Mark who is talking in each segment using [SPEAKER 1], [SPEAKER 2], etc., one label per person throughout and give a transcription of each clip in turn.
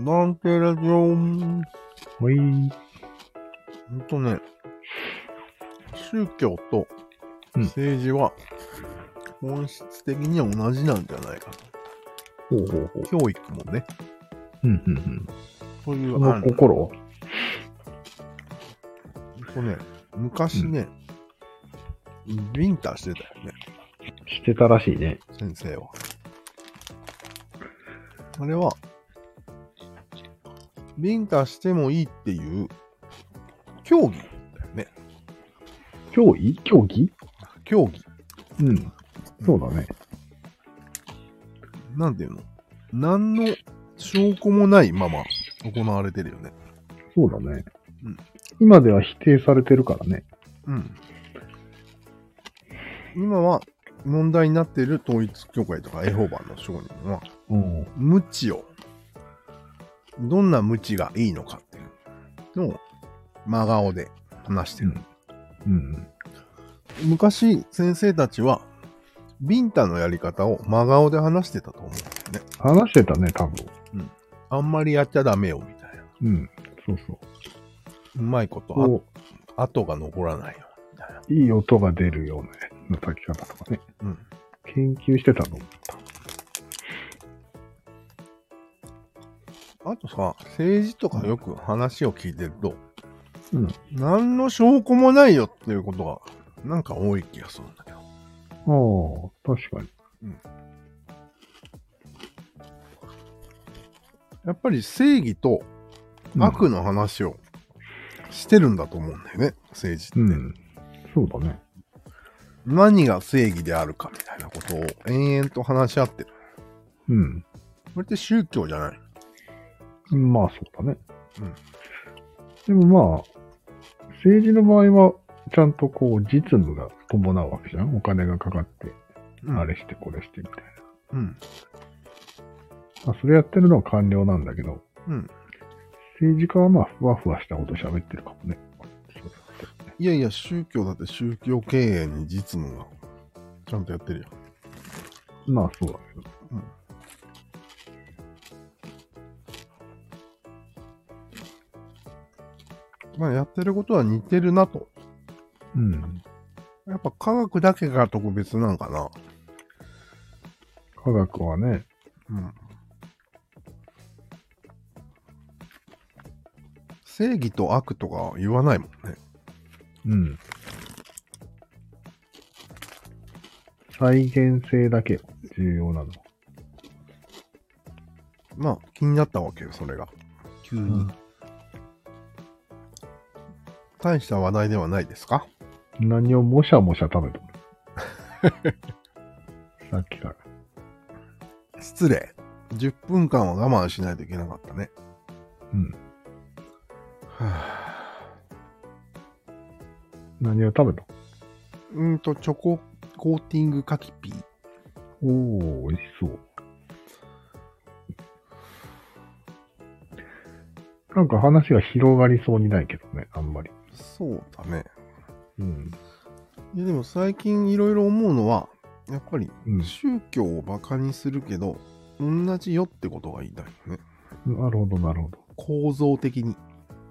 [SPEAKER 1] なんてラジオん
[SPEAKER 2] ほい。
[SPEAKER 1] とね、宗教と
[SPEAKER 2] うん
[SPEAKER 1] 政治は本質的には同じなんじゃないかと。
[SPEAKER 2] ほうほうほう。
[SPEAKER 1] 教育もね、
[SPEAKER 2] うんうんうん。
[SPEAKER 1] とい
[SPEAKER 2] そうの
[SPEAKER 1] 案。
[SPEAKER 2] 心は
[SPEAKER 1] ほんとね、昔ね、ビンタしてたよね、
[SPEAKER 2] してたらしいね。
[SPEAKER 1] 先生は。あれは、ビンタしてもいいっていう教義だよね。
[SPEAKER 2] 競技競技
[SPEAKER 1] 教義。
[SPEAKER 2] うん。そうだね。
[SPEAKER 1] なんていうの何の証拠もないまま行われてるよね。
[SPEAKER 2] そうだね。
[SPEAKER 1] うん
[SPEAKER 2] 今では否定されてるからね。
[SPEAKER 1] うん。今は問題になっている統一教会とかエホバの証人は、
[SPEAKER 2] うん。
[SPEAKER 1] 無知を、どんな無知がいいのかっていうのを真顔で話してる。
[SPEAKER 2] うん。
[SPEAKER 1] 昔、先生たちは、ビンタのやり方を真顔で話してたと思うんだよね。
[SPEAKER 2] 話してたね、多分。
[SPEAKER 1] あんまりやっちゃダメよ、みたいな。
[SPEAKER 2] うん。そうそう。
[SPEAKER 1] うまいこと、あ
[SPEAKER 2] こ
[SPEAKER 1] 後が残らないよ、みたいな。
[SPEAKER 2] う、いい音が出るような叩き方とかね。
[SPEAKER 1] うん。
[SPEAKER 2] 研究してたの。
[SPEAKER 1] あとさ、政治とかよく話を聞いてると、
[SPEAKER 2] うん。
[SPEAKER 1] 何の証拠もないよっていうことが、なんか多い気がするんだけど。
[SPEAKER 2] ああ、確かに。
[SPEAKER 1] やっぱり正義と悪の話をしてるんだと思うんだよね、政治って。
[SPEAKER 2] うん。そうだね。
[SPEAKER 1] 何が正義であるかみたいなことを延々と話し合ってる。
[SPEAKER 2] うん。
[SPEAKER 1] これって宗教じゃない。
[SPEAKER 2] まあそうだね。
[SPEAKER 1] うん
[SPEAKER 2] でもまあ、政治の場合は、ちゃんとこう、実務が伴うわけじゃん。お金がかかって、
[SPEAKER 1] うん
[SPEAKER 2] あれしてこれしてみたい
[SPEAKER 1] うん。
[SPEAKER 2] な。まあ、それやってるのは官僚なんだけど、
[SPEAKER 1] うん。
[SPEAKER 2] 政治家はまあ、ふわふわしたこと喋ってるかもね。そうだって
[SPEAKER 1] いやいや、宗教だって宗教経営に実務がちゃんとやってるよ。
[SPEAKER 2] まあそうだけど。
[SPEAKER 1] まあ、やってることは似てるなと。
[SPEAKER 2] うん。
[SPEAKER 1] やっぱ科学だけが特別なんかな。
[SPEAKER 2] 科学はね、
[SPEAKER 1] うん正義と悪とか言わないもんね。
[SPEAKER 2] うん。再現性だけ重要なの。
[SPEAKER 1] まあ気になったわけよ、それが。急に。
[SPEAKER 2] うん
[SPEAKER 1] 大した話題ではないですか
[SPEAKER 2] 何をもしゃもしゃ食べ ても。さっきから。
[SPEAKER 1] 失礼。10分間は我慢しないといけなかったね。
[SPEAKER 2] うん。
[SPEAKER 1] は
[SPEAKER 2] 何を食べた
[SPEAKER 1] ぁうーんと、チョココーティングカキピー。
[SPEAKER 2] おお、美味しそう。なんか話が広がりそうにないけどね、あんまり。
[SPEAKER 1] そうだね。
[SPEAKER 2] うん。
[SPEAKER 1] いやでも最近いろいろ思うのは、やっぱり
[SPEAKER 2] うん。
[SPEAKER 1] 宗教をバカにするけど、同じよってことが言いたいよね。
[SPEAKER 2] なるほど、なるほど。
[SPEAKER 1] 構造的に。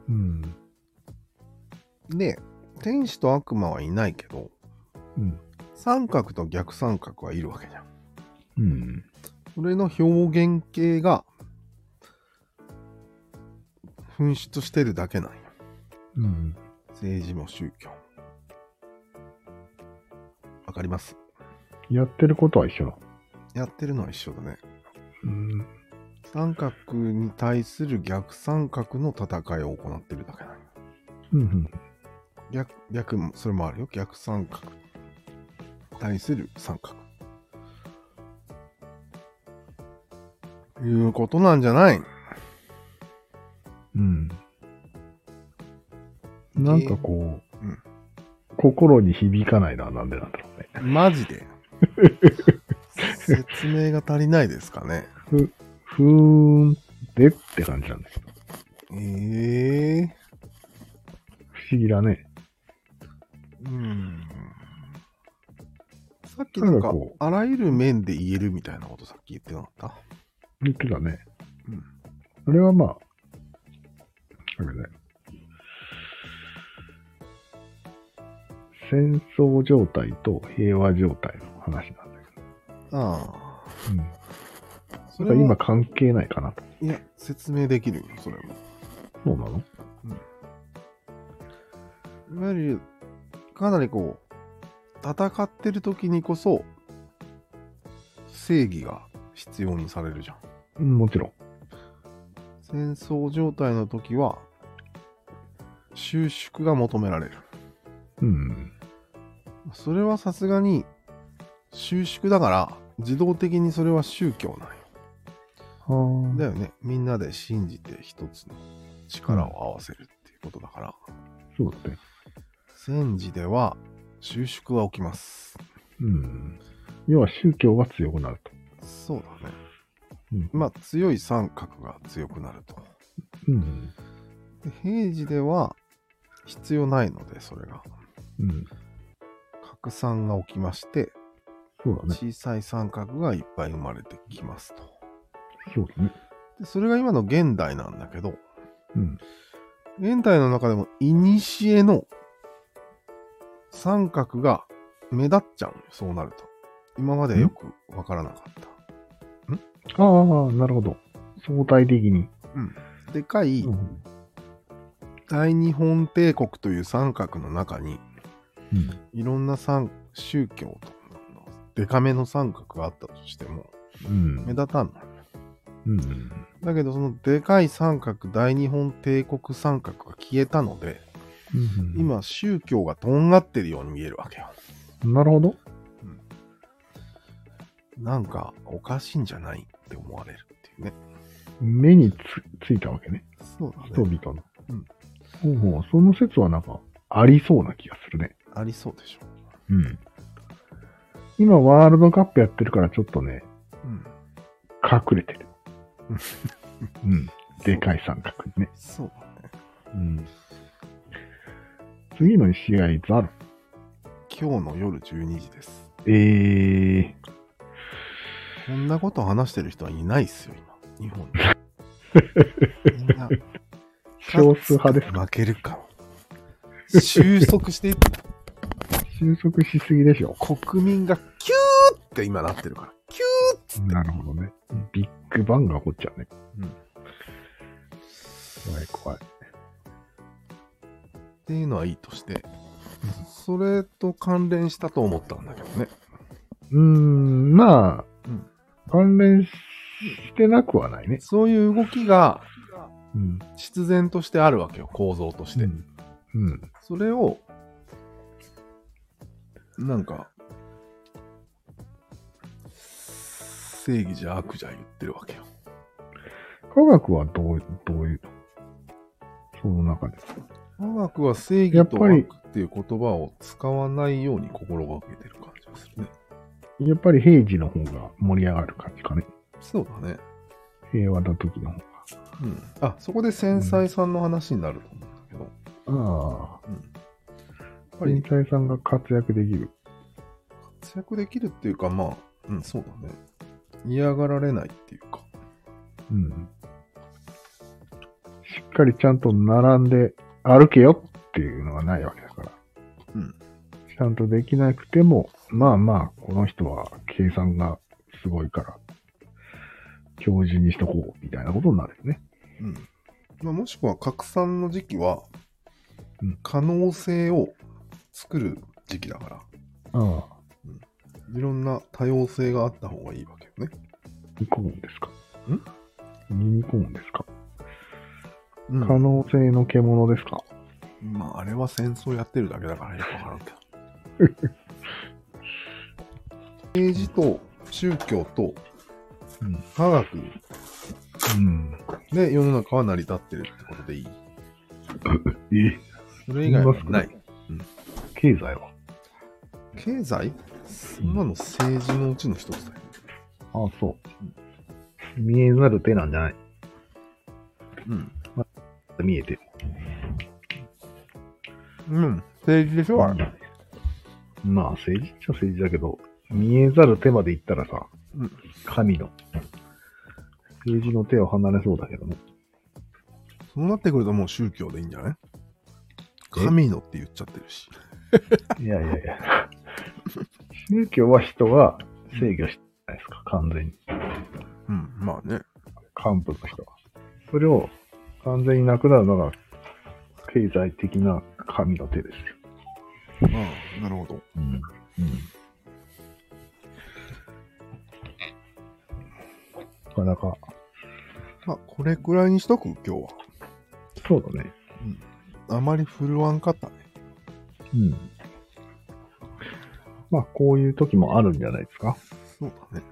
[SPEAKER 2] うん。
[SPEAKER 1] で、天使と悪魔はいないけど、
[SPEAKER 2] うん。
[SPEAKER 1] 三角と逆三角はいるわけじゃん。
[SPEAKER 2] うん。
[SPEAKER 1] それの表現形が、噴出してるだけなんよ。
[SPEAKER 2] うん。
[SPEAKER 1] 政治も宗教も。わかります
[SPEAKER 2] やってることは一緒だ。
[SPEAKER 1] やってるのは一緒だね。
[SPEAKER 2] うん。
[SPEAKER 1] 三角に対する逆三角の戦いを行ってるだけなんよ。
[SPEAKER 2] うん。
[SPEAKER 1] 逆、逆も、それもあるよ。逆三角。対する三角。いうことなんじゃない
[SPEAKER 2] うん。なんかこう、
[SPEAKER 1] うん
[SPEAKER 2] 心に響かないのはなんでなんだろうね。
[SPEAKER 1] マジで説明が足りないですかね。
[SPEAKER 2] ふーんでって感じなんだけど。
[SPEAKER 1] ええ
[SPEAKER 2] 不思議だね。
[SPEAKER 1] うん。さっきなん
[SPEAKER 2] なん
[SPEAKER 1] か
[SPEAKER 2] かこ、
[SPEAKER 1] あらゆる面で言えるみたいなことさっき言ってなかった
[SPEAKER 2] 言ってたね。
[SPEAKER 1] うん
[SPEAKER 2] それはまあ、あれだよ。戦争状態と平和状態の話なんだ
[SPEAKER 1] ああ。
[SPEAKER 2] けど。
[SPEAKER 1] そ
[SPEAKER 2] うん。だから今
[SPEAKER 1] も
[SPEAKER 2] 関係ないかなと。
[SPEAKER 1] いや、説明できるよ、それも。
[SPEAKER 2] そうなの
[SPEAKER 1] いわゆる、かなりこう、戦ってる時にこそ、正義が必要にされるじゃん。
[SPEAKER 2] うんもちろん。
[SPEAKER 1] 戦争状態の時は、収縮が求められる。
[SPEAKER 2] うん。
[SPEAKER 1] それはさすがに、収縮だから、自動的にそれは宗教なんよ。
[SPEAKER 2] はあ。
[SPEAKER 1] だよね。みんなで信じて一つの力を合わせるっていうことだから、
[SPEAKER 2] そうだね。
[SPEAKER 1] 戦時では収縮は起きます。
[SPEAKER 2] うん。要は宗教は強くなると。
[SPEAKER 1] そうだね。
[SPEAKER 2] うん。
[SPEAKER 1] まあ強い三角が強くなると。
[SPEAKER 2] うん。
[SPEAKER 1] で平時では必要ないので、それが。
[SPEAKER 2] うん。
[SPEAKER 1] 拡散が起きまして、
[SPEAKER 2] そうだね。
[SPEAKER 1] 小さい三角がいっぱい生まれてきますと。
[SPEAKER 2] そうだね。
[SPEAKER 1] でそれが今の現代なんだけど、
[SPEAKER 2] うん。
[SPEAKER 1] 現代の中でも、いにしえの三角が目立っちゃうのよそうなると。今までよくわからなかっ
[SPEAKER 2] ああ、なるほど。相対的に。
[SPEAKER 1] た。でかい
[SPEAKER 2] うん。
[SPEAKER 1] 大日本帝国という三角の中に、
[SPEAKER 2] うん
[SPEAKER 1] いろんな三宗教と、でかめの三角があったとしても、
[SPEAKER 2] うん
[SPEAKER 1] 目立たんのよ。
[SPEAKER 2] うん。
[SPEAKER 1] だけど、そのでかい三角、大日本帝国三角が消えたので、
[SPEAKER 2] うん、
[SPEAKER 1] 今、宗教がとんがってるように見えるわけよ。
[SPEAKER 2] なるほど。
[SPEAKER 1] なんか、おかしいんじゃないって思われるっていうね。
[SPEAKER 2] 目につついたわけね。
[SPEAKER 1] そうだね。
[SPEAKER 2] 人々の。
[SPEAKER 1] うん
[SPEAKER 2] ほうほう。その説はなんか、ありそうな気がするね。
[SPEAKER 1] ありそうでしょ。
[SPEAKER 2] うん。今、ワールドカップやってるから、ちょっとね、
[SPEAKER 1] うん。
[SPEAKER 2] 隠れてる。 うん。でかい三角にね。
[SPEAKER 1] そうだね。
[SPEAKER 2] うん。次の試合、ザル。
[SPEAKER 1] 今日の夜12時です。
[SPEAKER 2] ええ
[SPEAKER 1] こんなこと話してる人はいないっすよ、今。日本に。みんな、
[SPEAKER 2] ー、少数派です。
[SPEAKER 1] 負けるかも。収束して、
[SPEAKER 2] 収束しすぎでしょ。
[SPEAKER 1] 国民がキューって今なってるから。キューっつって。
[SPEAKER 2] なるほどね。ビッグバンが起こっちゃうね。
[SPEAKER 1] うん
[SPEAKER 2] 怖い怖い。
[SPEAKER 1] っていうのはいいとして、それと関連したと思ったんだけどね。
[SPEAKER 2] うーん、まあ、
[SPEAKER 1] うん
[SPEAKER 2] 関連してなくはないね。
[SPEAKER 1] そういう動きが
[SPEAKER 2] うん。
[SPEAKER 1] 必然としてあるわけよ、構造として。
[SPEAKER 2] うん。うん。
[SPEAKER 1] それを、なんか、正義じゃ悪じゃ言ってるわけよ。
[SPEAKER 2] 科学はどう、どういうのその中で。
[SPEAKER 1] 科学は正義
[SPEAKER 2] やっ
[SPEAKER 1] と
[SPEAKER 2] ぱり
[SPEAKER 1] 悪っていう言葉を使わないように心がけてる感じがするね。
[SPEAKER 2] やっぱり平時の方が盛り上がる感じかね。
[SPEAKER 1] そうだね。
[SPEAKER 2] 平和な時の方
[SPEAKER 1] うん。あ、そこで繊細さんの話になると思うんだけど、
[SPEAKER 2] が。ああ。
[SPEAKER 1] うん。やっぱ
[SPEAKER 2] 天
[SPEAKER 1] り
[SPEAKER 2] 才さんが活躍できる。
[SPEAKER 1] 活躍できるっていうか、まあ、うん、そうだね。嫌がられないっていうか。
[SPEAKER 2] うん。しっかりちゃんと並んで歩けよっていうのがないわけだから。
[SPEAKER 1] うん。
[SPEAKER 2] ちゃんとできなくても、まあまあ、この人は計算がすごいから、教授にしとこう、みたいなことになるよね。
[SPEAKER 1] うんまあ、もしくは拡散の時期は
[SPEAKER 2] うん
[SPEAKER 1] 可能性を作る時期だから
[SPEAKER 2] ああ、
[SPEAKER 1] いろんな多様性があった方がいいわけよね。
[SPEAKER 2] 煮込むんですか。煮込むんですか。
[SPEAKER 1] う
[SPEAKER 2] 可
[SPEAKER 1] ん、
[SPEAKER 2] 能性の獣ですか。
[SPEAKER 1] まああれは戦争やってるだけだからよくわからんけど。 政治と宗教と
[SPEAKER 2] うん。
[SPEAKER 1] 科学
[SPEAKER 2] うん。
[SPEAKER 1] で世の中は成り立ってるってことでいい。
[SPEAKER 2] え、
[SPEAKER 1] それ以外はない。
[SPEAKER 2] 経済は
[SPEAKER 1] 経済そんなの政治のうちの一つだよ。
[SPEAKER 2] ああ、そう。見えざる手なんじゃない
[SPEAKER 1] うん。
[SPEAKER 2] 見えてる。
[SPEAKER 1] うん。政治でしょあれ
[SPEAKER 2] まあ、政治っちゃ政治だけど、見えざる手まで行ったらさ、
[SPEAKER 1] うん
[SPEAKER 2] 神の、政治の手を離れそうだけどね。
[SPEAKER 1] そうなってくるともう宗教でいいんじゃない
[SPEAKER 2] え
[SPEAKER 1] 神のって言っちゃってるし。
[SPEAKER 2] いやいや いや。宗教は人が制御してないですか、完全に。
[SPEAKER 1] うん、まあね。
[SPEAKER 2] 幹部の人は。それを完全になくなるのが、経済的な神の手ですよ。
[SPEAKER 1] ああ、なるほど。
[SPEAKER 2] うん。なかなか、
[SPEAKER 1] まあ、これくらいにしとく、今日
[SPEAKER 2] そうだね。
[SPEAKER 1] は。あまり振るわんかったね。
[SPEAKER 2] うん。まあ、こういう時もあるんじゃないですか。
[SPEAKER 1] そうだね。